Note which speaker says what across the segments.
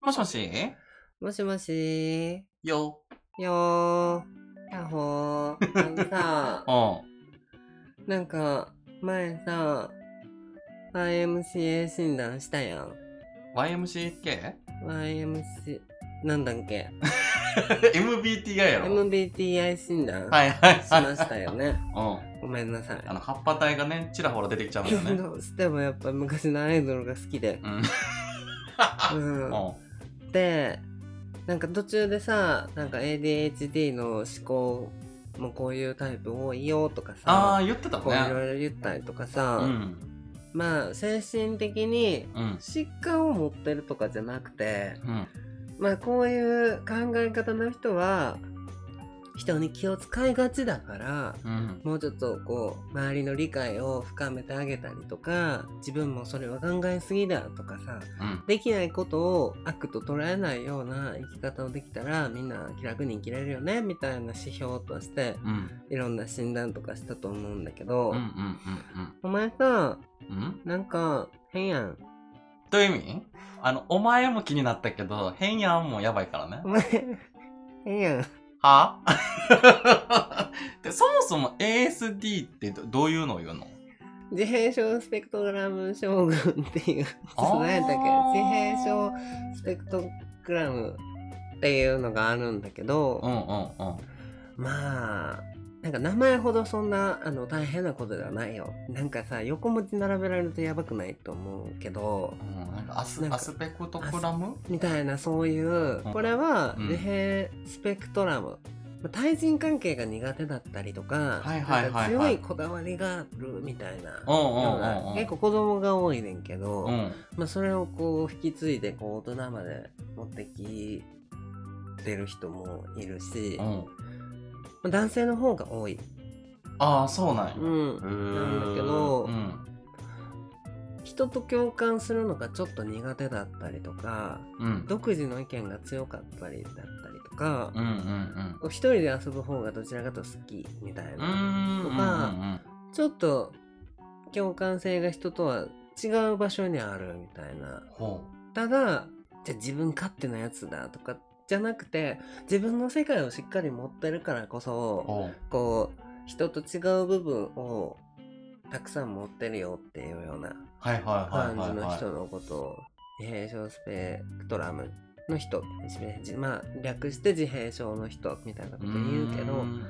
Speaker 1: もしもし
Speaker 2: もしもし
Speaker 1: よ。、
Speaker 2: ー。よー。やっほー。あのさ
Speaker 1: うん。
Speaker 2: なんか、前さ、YMCA 診断したやん。
Speaker 1: YMCK?
Speaker 2: YMC、なんだっけ
Speaker 1: ?MBTI やろ
Speaker 2: ?MBTI 診断
Speaker 1: はいはい
Speaker 2: し
Speaker 1: はい。
Speaker 2: ましたよね。
Speaker 1: う
Speaker 2: ごめんなさい
Speaker 1: ん。あ。の、葉っぱ体がね、ちらほら出てきちゃうんだよね。
Speaker 2: どうしてもやっぱ昔のアイドルが好きで。
Speaker 1: うん。
Speaker 2: うん。
Speaker 1: う
Speaker 2: でなんか途中でさなんか ADHD の思考もこういうタイプ多いよとかさ
Speaker 1: ああ、言ってた
Speaker 2: こうい
Speaker 1: ね。
Speaker 2: ろいろ言ったりとかさ、
Speaker 1: うん。
Speaker 2: まあ精神的に
Speaker 1: うん。
Speaker 2: 疾患を持ってるとかじゃなくて
Speaker 1: うん。
Speaker 2: まあこういう考え方の人は人に気を使いがちだから
Speaker 1: うん。
Speaker 2: もうちょっとこう周りの理解を深めてあげたりとか自分もそれは考えすぎだとかさ
Speaker 1: うん。
Speaker 2: できないことを悪と捉えないような生き方をできたらみんな気楽に生きれるよねみたいな指標として
Speaker 1: うん。
Speaker 2: いろんな診断とかしたと思うんだけど、
Speaker 1: うん。うん。うん。
Speaker 2: お前さ
Speaker 1: うん。うん
Speaker 2: なんか変やん
Speaker 1: どういう意味あの、お前も気になったけど、変やんもやばいからね
Speaker 2: お。前変やん
Speaker 1: は でそもそも ASD ってどどういうのを言うの
Speaker 2: 自閉症スペクトラム症群っていうちょっと何やったっけ
Speaker 1: あ
Speaker 2: 自
Speaker 1: ー
Speaker 2: 閉症スペクトラムっていうのがあるんだけど、
Speaker 1: うんうんうん。
Speaker 2: まあなんか名前ほどそんなあの大変なことではないよなんかさ横文字並べられるとやばくないと思うけど
Speaker 1: うん、なんかアス
Speaker 2: なんか
Speaker 1: アスペクトクラム
Speaker 2: みたいなそういうこれは
Speaker 1: うん
Speaker 2: 自閉スペクトラム、まあ対人関係が苦手だったりとか
Speaker 1: はいはいはいはい
Speaker 2: なんか強いこだわりがあるみたいな
Speaker 1: うんう
Speaker 2: の
Speaker 1: ん
Speaker 2: が
Speaker 1: うん
Speaker 2: 結構子供が多いねんけど、
Speaker 1: うん。うん。
Speaker 2: まあ、それをこう引き継いでこう大人まで持ってきてる人もいるし、
Speaker 1: う
Speaker 2: ま
Speaker 1: ん。
Speaker 2: あ男性の方が多い。
Speaker 1: ああ、そうなんや。
Speaker 2: うん
Speaker 1: へー
Speaker 2: なんだけど
Speaker 1: うん。
Speaker 2: 人と共感するのがちょっと苦手だったりとか
Speaker 1: うん。
Speaker 2: 独自の意見が強かったりだったりとか
Speaker 1: うんうんうん。
Speaker 2: 一人で遊ぶ方がどちらかと好きみたいうな、
Speaker 1: ん。
Speaker 2: とかちょっと共感性が人とは違う場所にあるみたいな
Speaker 1: ほ
Speaker 2: ただじゃあ自分勝手なやつだとかじゃなくて自分の世界をしっかり持ってるからこ
Speaker 1: う。
Speaker 2: そ
Speaker 1: ほう。
Speaker 2: こう人と違う部分をたくさん持ってるよっていうような
Speaker 1: はいはいはい
Speaker 2: 感
Speaker 1: はい
Speaker 2: じ
Speaker 1: はい。
Speaker 2: の人のことを自閉症スペクトラムの人自閉じまあ略して自閉症の人みたいなこと言うけど
Speaker 1: ん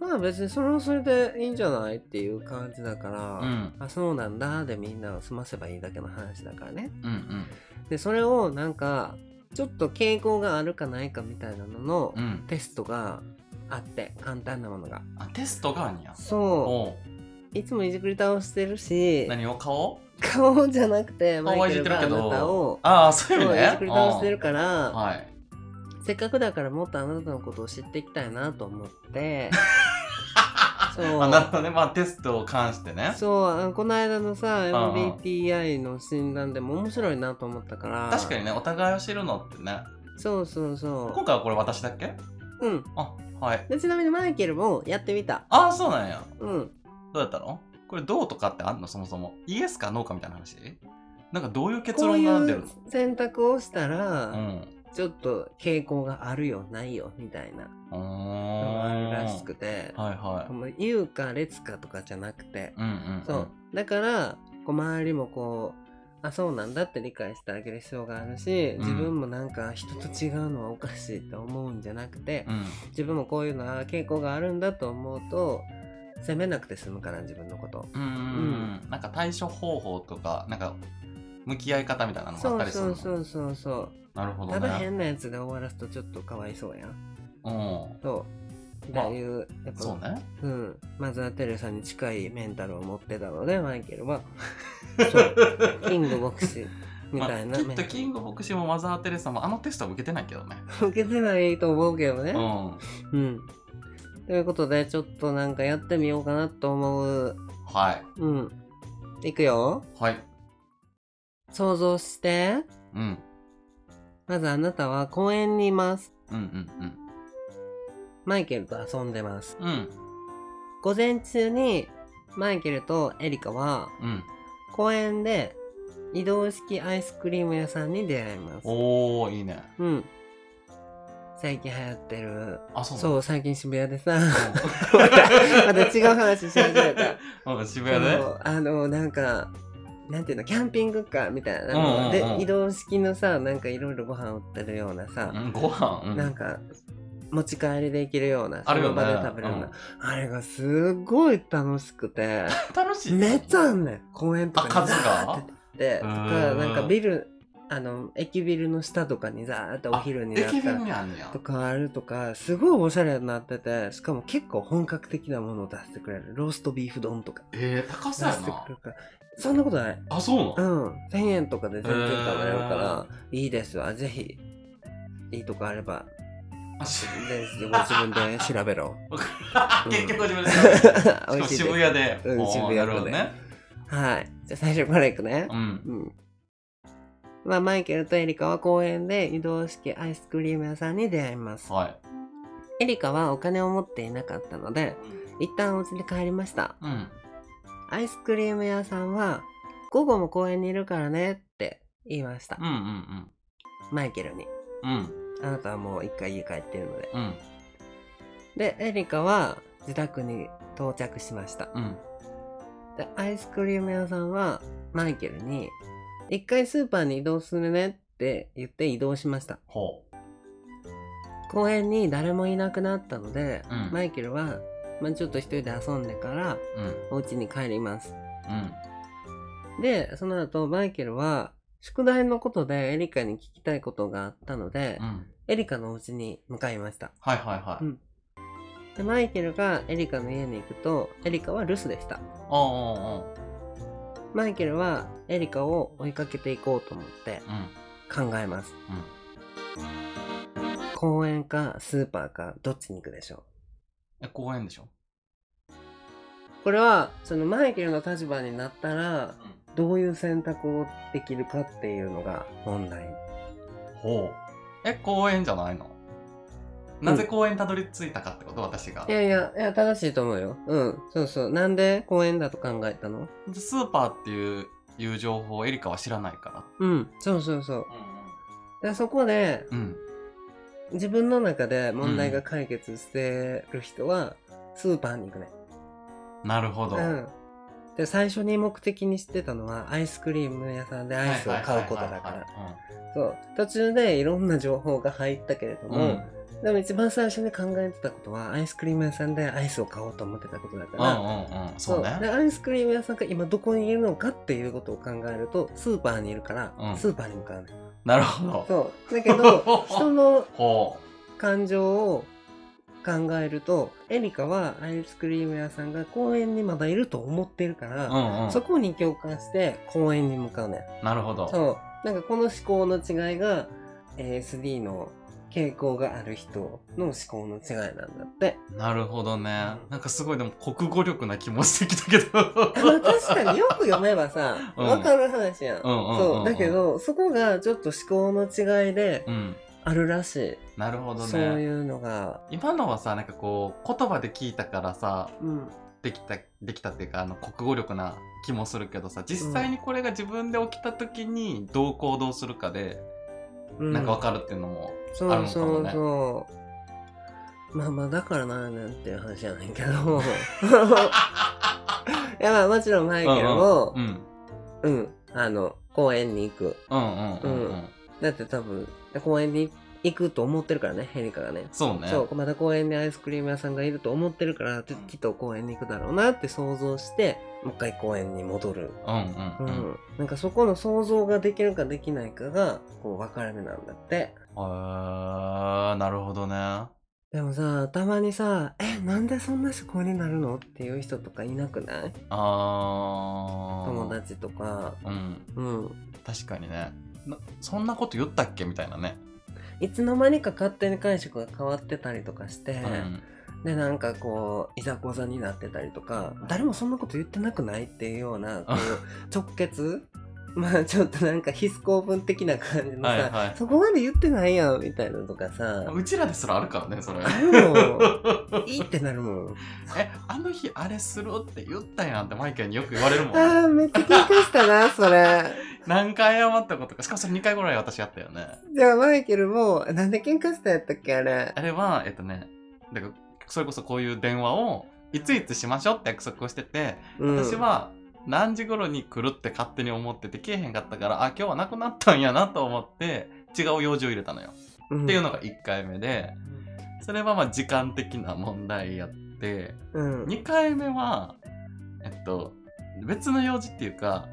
Speaker 2: まあ別にそれはそれでいいんじゃないっていう感じだから、
Speaker 1: うん
Speaker 2: あそうなんだでみんなを済ませばいいだけの話だからね
Speaker 1: うんうん
Speaker 2: でそれをなんかちょっと傾向があるかないかみたいなのの
Speaker 1: うん。
Speaker 2: テストがあって簡単なものが
Speaker 1: あ、テストがあんや。
Speaker 2: そ
Speaker 1: おう。
Speaker 2: ういつもいじくり倒してるし
Speaker 1: 何を顔
Speaker 2: 顔じゃなくて
Speaker 1: 顔はい
Speaker 2: マイ
Speaker 1: じ
Speaker 2: ケ
Speaker 1: っ
Speaker 2: ル
Speaker 1: てる
Speaker 2: が
Speaker 1: け
Speaker 2: あなたを
Speaker 1: ど。ああ、そういう意
Speaker 2: そう
Speaker 1: 味
Speaker 2: い
Speaker 1: ね。
Speaker 2: じくり倒してるか
Speaker 1: うん
Speaker 2: ら
Speaker 1: はい。
Speaker 2: せっかくだからもっとあなたのことを知っていきたいなと思って そう
Speaker 1: あ、なるほどね。まあ、テストを関してね。
Speaker 2: そうあのこの間のさ
Speaker 1: んうん
Speaker 2: MBTI の診断でも面白いなと思ったから
Speaker 1: 確かにね、お互いを知るのってね。
Speaker 2: そうそうそ
Speaker 1: 今回はこれ私だっけ
Speaker 2: ううん
Speaker 1: あ、はい。
Speaker 2: でちなみにマイケルもやってみた
Speaker 1: ああ、そうなんや。
Speaker 2: うん
Speaker 1: どうやったのこれどうとかってあんのそもそもイエスかノーかみたいな話なんかどういう結
Speaker 2: こう
Speaker 1: 論
Speaker 2: い
Speaker 1: が出る
Speaker 2: う
Speaker 1: の
Speaker 2: 選択をしたら、
Speaker 1: うん
Speaker 2: ちょっと傾向があるよないよみたいな
Speaker 1: うー
Speaker 2: の
Speaker 1: ん
Speaker 2: があるらしくて、
Speaker 1: はいはい
Speaker 2: もう言うか列かとかじゃなくて、
Speaker 1: うんうんん
Speaker 2: そうだからこう周りもこうあそうなんだって理解してあげる必要があるし
Speaker 1: うん
Speaker 2: 自分もなんか人と違うのはおかしいって思うんじゃなくて、
Speaker 1: うん
Speaker 2: 自分もこういうのは傾向があるんだと思うと責めなくて済むから自分のこと。
Speaker 1: うんうんうんなんか対処方法とかなんか向き合い方みたいなのがあ
Speaker 2: そ
Speaker 1: った
Speaker 2: う
Speaker 1: りする
Speaker 2: そ
Speaker 1: の
Speaker 2: うそうそうそう
Speaker 1: なるほどね
Speaker 2: ただ変なやつで終わらすとちょっとかわいそうやん
Speaker 1: うん
Speaker 2: そう
Speaker 1: まあ
Speaker 2: だいうやっぱ
Speaker 1: そうね
Speaker 2: うん、マザー・テレサに近いメンタルを持ってたのでマイケ ルはキング牧師み
Speaker 1: まあ
Speaker 2: たいな
Speaker 1: きっ
Speaker 2: メンタ
Speaker 1: と
Speaker 2: ル、
Speaker 1: キング牧師もマザー・テレサもあのテストは受けてないけどね。
Speaker 2: 受けてないと思うけど
Speaker 1: う
Speaker 2: ね
Speaker 1: ん。は
Speaker 2: うんということでちょっとなんかやってみようかなと思う
Speaker 1: い。
Speaker 2: うんいくよ
Speaker 1: はい。
Speaker 2: 想像して
Speaker 1: うん。
Speaker 2: まずあなたは公園にいます
Speaker 1: うんうん
Speaker 2: マイケルと遊んでます
Speaker 1: うん。うん。
Speaker 2: 午前中にマイケルとエリカは
Speaker 1: うん。
Speaker 2: 公園で移動式アイスクリーム屋さんに出会います。
Speaker 1: おー、いいね。
Speaker 2: うん。最近流行ってる。
Speaker 1: あ、そう
Speaker 2: そう、最近渋谷 でさ、
Speaker 1: う
Speaker 2: またまた違う話し始めた。
Speaker 1: なの。うん、渋谷
Speaker 2: あ
Speaker 1: で
Speaker 2: のあのなんかなんていうのキャンピングカーみたいなの、
Speaker 1: うんうんうん
Speaker 2: で移動式のさなんかいろいろご飯売ってるようなさ
Speaker 1: う、ん、ご飯、う
Speaker 2: なん
Speaker 1: ん。
Speaker 2: か持ち帰りできるような
Speaker 1: あるよね
Speaker 2: その場で食べるような、あれがすごい楽しくて
Speaker 1: 楽しい。
Speaker 2: めっちゃあんねん公園とかに
Speaker 1: あ数が
Speaker 2: ザーってってと
Speaker 1: う
Speaker 2: か
Speaker 1: ーん
Speaker 2: なんかビルあの駅ビルの下とかにザーってお昼になっ
Speaker 1: 駅
Speaker 2: た
Speaker 1: 弁
Speaker 2: ら
Speaker 1: にあんねや
Speaker 2: と。かあるとかすごいおしゃれになっててしかも結構本格的なものを出してくれるローストビーフ丼とか
Speaker 1: えー、高
Speaker 2: 出
Speaker 1: さや
Speaker 2: して
Speaker 1: な
Speaker 2: く。るからそんなことない
Speaker 1: あ、そう
Speaker 2: う
Speaker 1: なの
Speaker 2: ん1000円とかで全然食べれるから、いいですわぜひいいとこあ れば
Speaker 1: あし
Speaker 2: ぜひご自分で調べ ろ
Speaker 1: 結局自分で調べる。し
Speaker 2: 美
Speaker 1: かも
Speaker 2: 味しい
Speaker 1: 渋
Speaker 2: で
Speaker 1: 谷で。
Speaker 2: うん
Speaker 1: おー
Speaker 2: 渋谷で
Speaker 1: なるほどね。
Speaker 2: すはいじゃあ最初からいくね
Speaker 1: うん。
Speaker 2: うん、まあ、マイケルとエリカは公園で移動式アイスクリーム屋さんに出会います
Speaker 1: はい。
Speaker 2: エリカはお金を持っていなかったので一旦お家に帰りました
Speaker 1: うん。
Speaker 2: アイスクリーム屋さんは午後も公園にいるからねって言いました
Speaker 1: うんうん
Speaker 2: マイケルに
Speaker 1: うん。うん。
Speaker 2: あなたはもう一回家帰ってるので。
Speaker 1: うん。
Speaker 2: で、エリカは自宅に到着しました。
Speaker 1: うん。
Speaker 2: で、アイスクリーム屋さんはマイケルに、一回スーパーに移動するねって言って移動しました。
Speaker 1: ほう。
Speaker 2: 公園に誰もいなくなったので、
Speaker 1: うん
Speaker 2: マイケルは、まあ、ちょっと一人で遊んでから
Speaker 1: うん。
Speaker 2: お家に帰ります。
Speaker 1: うん。
Speaker 2: で、その後マイケルは宿題のことでエリカに聞きたいことがあったので
Speaker 1: う、ん。
Speaker 2: エリカのお家に向かいました。
Speaker 1: はいはいはい。
Speaker 2: うんでマイケルがエリカの家に行くとエリカは留守でした
Speaker 1: おうんうん
Speaker 2: マイケルはエリカを追いかけていこうと思って
Speaker 1: うん。
Speaker 2: 考えます、公園かスーパーかどっちに行くでしょ
Speaker 1: え、公園でしょ
Speaker 2: うこれはそのマイケルの立場になったらどういう選択をできるかっていうのが問題
Speaker 1: ほう。え、公園じゃないのなぜ公園にたどり着いたかってこと私が
Speaker 2: い。やいやいや正しいと思うようんそうそうなんで公園だと考えたの
Speaker 1: スーパーっていう、いう情報をエリカは知らないか
Speaker 2: うんそうそうそう
Speaker 1: ら。
Speaker 2: でそこで
Speaker 1: うんうん。
Speaker 2: 自分の中で問題が解決してる人はスーパーに行くね
Speaker 1: なるほど。
Speaker 2: うん、で最初に目的にしてたのはアイスクリーム屋さんでアイスを買うことだからそう途中でいろんな情報が入ったけれど
Speaker 1: うん。うん。
Speaker 2: も、でも一番最初に考えてたことはアイスクリーム屋さんでアイスを買おうと思ってたことだか
Speaker 1: う
Speaker 2: ら、
Speaker 1: んうんうん。そう
Speaker 2: で
Speaker 1: ね。
Speaker 2: アイスクリーム屋さんが今どこにいるのかっていうことを考えるとスーパーにいるから、
Speaker 1: うん
Speaker 2: スーパーに向かうね
Speaker 1: なるほど。
Speaker 2: そうだけ ど人の
Speaker 1: ほ
Speaker 2: 感情を考えるとエリカはアイスクリーム屋さんが公園にまだいると思ってるから、
Speaker 1: う。うんうん。
Speaker 2: そこに共感して公園に向かうねん
Speaker 1: なるほど。
Speaker 2: そうなんかこの思考の違いが ASD の傾向がある人の思考の違いなんだって
Speaker 1: なるほどね
Speaker 2: う。ん
Speaker 1: なんかすごいでも国語力な気もしてきたけど。
Speaker 2: まあ確かによく読めばさ
Speaker 1: うん
Speaker 2: わかる話やん,、
Speaker 1: うんうんうんうん
Speaker 2: そうだけどそこがちょっと思考の違いで
Speaker 1: うん。
Speaker 2: あるらしい、
Speaker 1: なるほど
Speaker 2: そう
Speaker 1: ね。
Speaker 2: いうのが
Speaker 1: 今のはさ、なんかこう、言葉で聞いたからさ、
Speaker 2: うん
Speaker 1: できた、できたっていうか、あの、国語力な気もするけどさ、実際にこれが自分で起きた時にどう行動するかで、
Speaker 2: うん
Speaker 1: なんかわかるっていうのも。
Speaker 2: そう
Speaker 1: あるのか
Speaker 2: そ
Speaker 1: も
Speaker 2: う
Speaker 1: ね
Speaker 2: そうまあまあだからなんなんていう話じゃないけど いやまあもちろんマイケルも、
Speaker 1: うん。
Speaker 2: うん、あの、公園に行く。
Speaker 1: うんうんうんうん。
Speaker 2: だって多分、公園に行くと思ってるからね、ヘリカがね。
Speaker 1: そうね。
Speaker 2: そう、また公園にアイスクリーム屋さんがいると思ってるから、ききっと公園に行くだろうなって想像して、もう一回公園に戻る。
Speaker 1: うんう
Speaker 2: うんん。
Speaker 1: うん。へ
Speaker 2: なんかそこの想像ができるかできないかが、こう分かれ目なんだって。
Speaker 1: ー、なるほどね。
Speaker 2: でもさ、たまにさ、え、なんでそんな思考になるのっていう人とかいなくない
Speaker 1: あー。
Speaker 2: 友達とか。
Speaker 1: うん。
Speaker 2: うん。
Speaker 1: 確かにね。なそんなこと言ったっけみたいなね。
Speaker 2: いつの間にか勝手に解釈が変わってたりとかして、
Speaker 1: うん。
Speaker 2: でなんかこういざこざになってたりとか誰もそんなこと言ってなくないっていうようなこう直結 まあちょっとなんか必須公文的な感じのさ、
Speaker 1: はいはい
Speaker 2: そこまで言ってないやんみたいなのとか さ
Speaker 1: うちらですらあるからね、それ。
Speaker 2: あるもんいいってなるもん
Speaker 1: え、あの日あれするって言ったやんってマイケルによく言われるもん。
Speaker 2: あーめっちゃ喧嘩したなそれ
Speaker 1: 何回謝ったことか。しかもそれ2回ぐらい私やったよね。
Speaker 2: じゃあマイケルも、なんで喧嘩したやったっけあれ
Speaker 1: あ。れは、えっとね、だからそれこそこういう電話をいついつしましょうって約束をしてて、
Speaker 2: うん
Speaker 1: 私、は何時頃に来るって勝手に思ってて来えへんかったから、あ、今日はなくなったんやなと思って、違う用事を入れたのよ。
Speaker 2: っ
Speaker 1: っていうのが1回目で、それはまあ時間的な問題やって、
Speaker 2: うん。
Speaker 1: 2回目は、えっと、別の用事っていうか、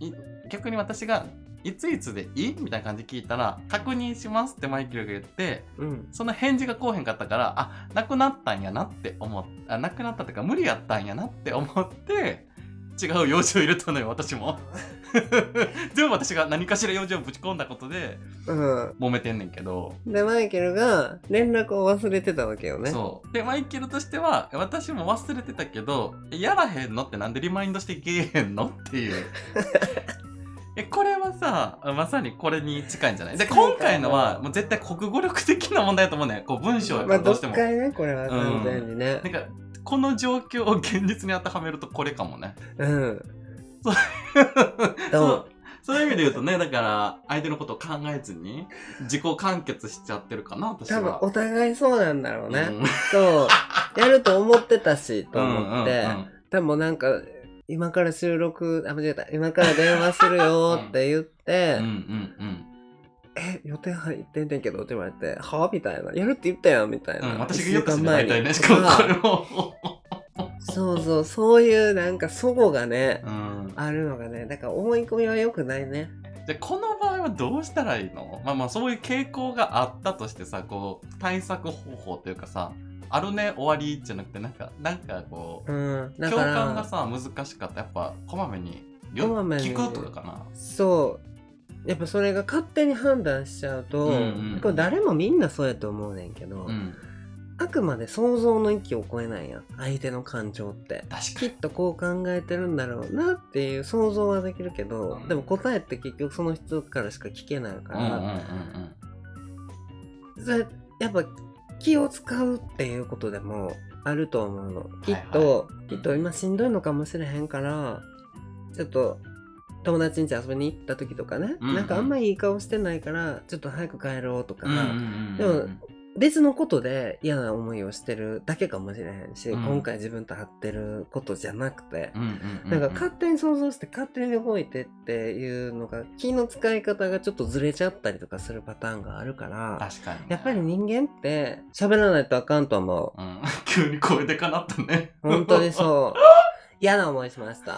Speaker 1: い逆に私が、いついつでいいみたいな感じで聞いたら、確認しますってマイケルが言って、
Speaker 2: うん。
Speaker 1: その返事が来おへんかったから、あ、なくなったんやなって思っあ、なくなったっていうか、無理やったんやなって思って、違う用事を入れたのよ、私 も。全部私が何かしら用事をぶち込んだことで、
Speaker 2: うん。
Speaker 1: 揉めてんねんけど。
Speaker 2: で、マイケルが連絡を忘れてたわけよね。
Speaker 1: そう。で、マイケルとしては、私も忘れてたけど、やらへんのってなんでリマインドしていけへんのっていう。 え、これはさ、まさにこれに近いんじゃないで、
Speaker 2: 近いかな
Speaker 1: 今回のは、もう絶対国語力的な問題だと思うね。こう、文章やか
Speaker 2: まあ、
Speaker 1: らど
Speaker 2: ど
Speaker 1: う
Speaker 2: っ
Speaker 1: しても。
Speaker 2: かいね、これは完全にね
Speaker 1: な。んか、この状況を現実に当てはめるとこれかもね。
Speaker 2: うん。ど
Speaker 1: そううそういう意味で言うとね、だから、相手のことを考えずに、自己完結しちゃってるかな、私
Speaker 2: 多分
Speaker 1: は。
Speaker 2: お互いそうなんだろうね。
Speaker 1: うん
Speaker 2: そう。やると思ってたし、と思って。
Speaker 1: うんうんうん
Speaker 2: 多分なんか、今から収録、あ、間違えた。今から電話する よって言って、
Speaker 1: うんうん
Speaker 2: え、予定入ってんねんけどって言われて、はみたいな。やるって言ったよみたい
Speaker 1: うん。
Speaker 2: な。
Speaker 1: うん、私が言ったしね、
Speaker 2: 一週間前
Speaker 1: 大
Speaker 2: に
Speaker 1: 体ね。しかもこれも。
Speaker 2: そうそう、そういうなんか、祖語がね、
Speaker 1: うん。
Speaker 2: あるのがね、だから思い込みは良くないね。
Speaker 1: じゃあこの場合はどうしたらいいのまあまあ、そういう傾向があったとしてさ、こう、対策方法というかさ、あるね、終わりじゃなくて、なんか、なんかこう、
Speaker 2: うん。だ
Speaker 1: 共
Speaker 2: か
Speaker 1: 感が
Speaker 2: ら、
Speaker 1: さ、難しかった。やっぱ、こまめに、よ
Speaker 2: こまめに
Speaker 1: 聞くとかかな。
Speaker 2: そう。やっぱそれが勝手に判断しちゃうと、
Speaker 1: うんうん
Speaker 2: これ誰もみんなそうやと思うねんけど、
Speaker 1: うん、
Speaker 2: あくまで想像の域を超えないやん相手の感情って
Speaker 1: 確か
Speaker 2: きっとこう考えてるんだろうなっていう想像はできるけど、
Speaker 1: うん
Speaker 2: でも答えって結局その人からしか聞けないか
Speaker 1: に。うんうん
Speaker 2: ら、それやっぱ気を使うっていうことでもあると思うのきっと、きっと今しんどいのかもしれへんからちょっと友達ん家遊びに行った時とかね、
Speaker 1: うんうん
Speaker 2: なんかあんまいい顔してないからちょっと早く帰ろうとか、
Speaker 1: うんうん。うんうんうんうん
Speaker 2: でも別のことで嫌な思いをしてるだけかもしれへんし、
Speaker 1: うん
Speaker 2: 今回自分と会ってることじゃなくて
Speaker 1: う、んうんうん、
Speaker 2: なんか勝手に想像して勝手に動いてっていうのが気の使い方がちょっとずれちゃったりとかするパターンがあるから
Speaker 1: 確かにね。
Speaker 2: やっぱり人間って喋らないとあかんと思
Speaker 1: うん 急に声でかなったね。
Speaker 2: う本当に
Speaker 1: 謝
Speaker 2: そう 嫌な思いしました
Speaker 1: っ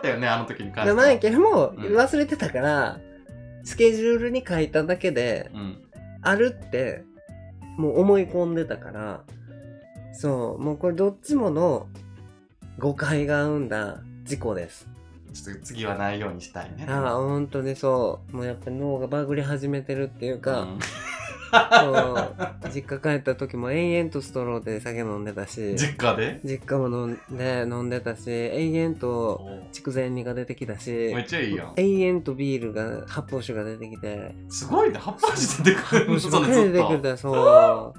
Speaker 1: たよね、あの時に関して
Speaker 2: で
Speaker 1: は。
Speaker 2: マイケルも
Speaker 1: うん
Speaker 2: 忘れてたから、スケジュールに書いただけで
Speaker 1: うん。
Speaker 2: あるってもう思い込んでたからそうもうこれどっちもの誤解が生んだ事故です
Speaker 1: ちょっと次はないようにしたいね。
Speaker 2: ああ本当にそうもうやっぱ脳がバグり始めてるっていう
Speaker 1: う
Speaker 2: か、
Speaker 1: ん
Speaker 2: そう実家帰った時も延々とストローで酒飲んでたし
Speaker 1: 実家で
Speaker 2: 実家も飲んで飲んでたし延々と
Speaker 1: お
Speaker 2: 筑前煮が出てきたし
Speaker 1: めっちゃいいやん。
Speaker 2: 延々とビールが発泡酒が出てきて
Speaker 1: すごいね、葉っぱ味出てく
Speaker 2: 発
Speaker 1: る
Speaker 2: 泡
Speaker 1: の、
Speaker 2: 酒
Speaker 1: そ
Speaker 2: ば
Speaker 1: ん
Speaker 2: っ
Speaker 1: な
Speaker 2: かり
Speaker 1: ずっ
Speaker 2: 出てくる
Speaker 1: と。
Speaker 2: からそ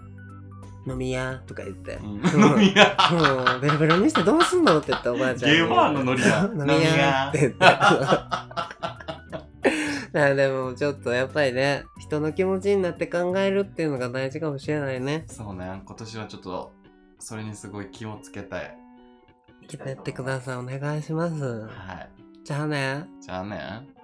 Speaker 2: う飲み屋とか言って
Speaker 1: うん飲み屋。
Speaker 2: もうベロベロにしてどうすんのって言ったおばあちゃんに
Speaker 1: ゲーバーのノリや
Speaker 2: 飲み屋って言ってだ からでもちょっとやっぱりね人の気持ちになって考えるっていうのが大事かもしれないね
Speaker 1: そうね、今年はちょっと、それにすごい気をつけたい。
Speaker 2: 来てってくださいお願いします
Speaker 1: はい。
Speaker 2: じゃあね
Speaker 1: じゃあね。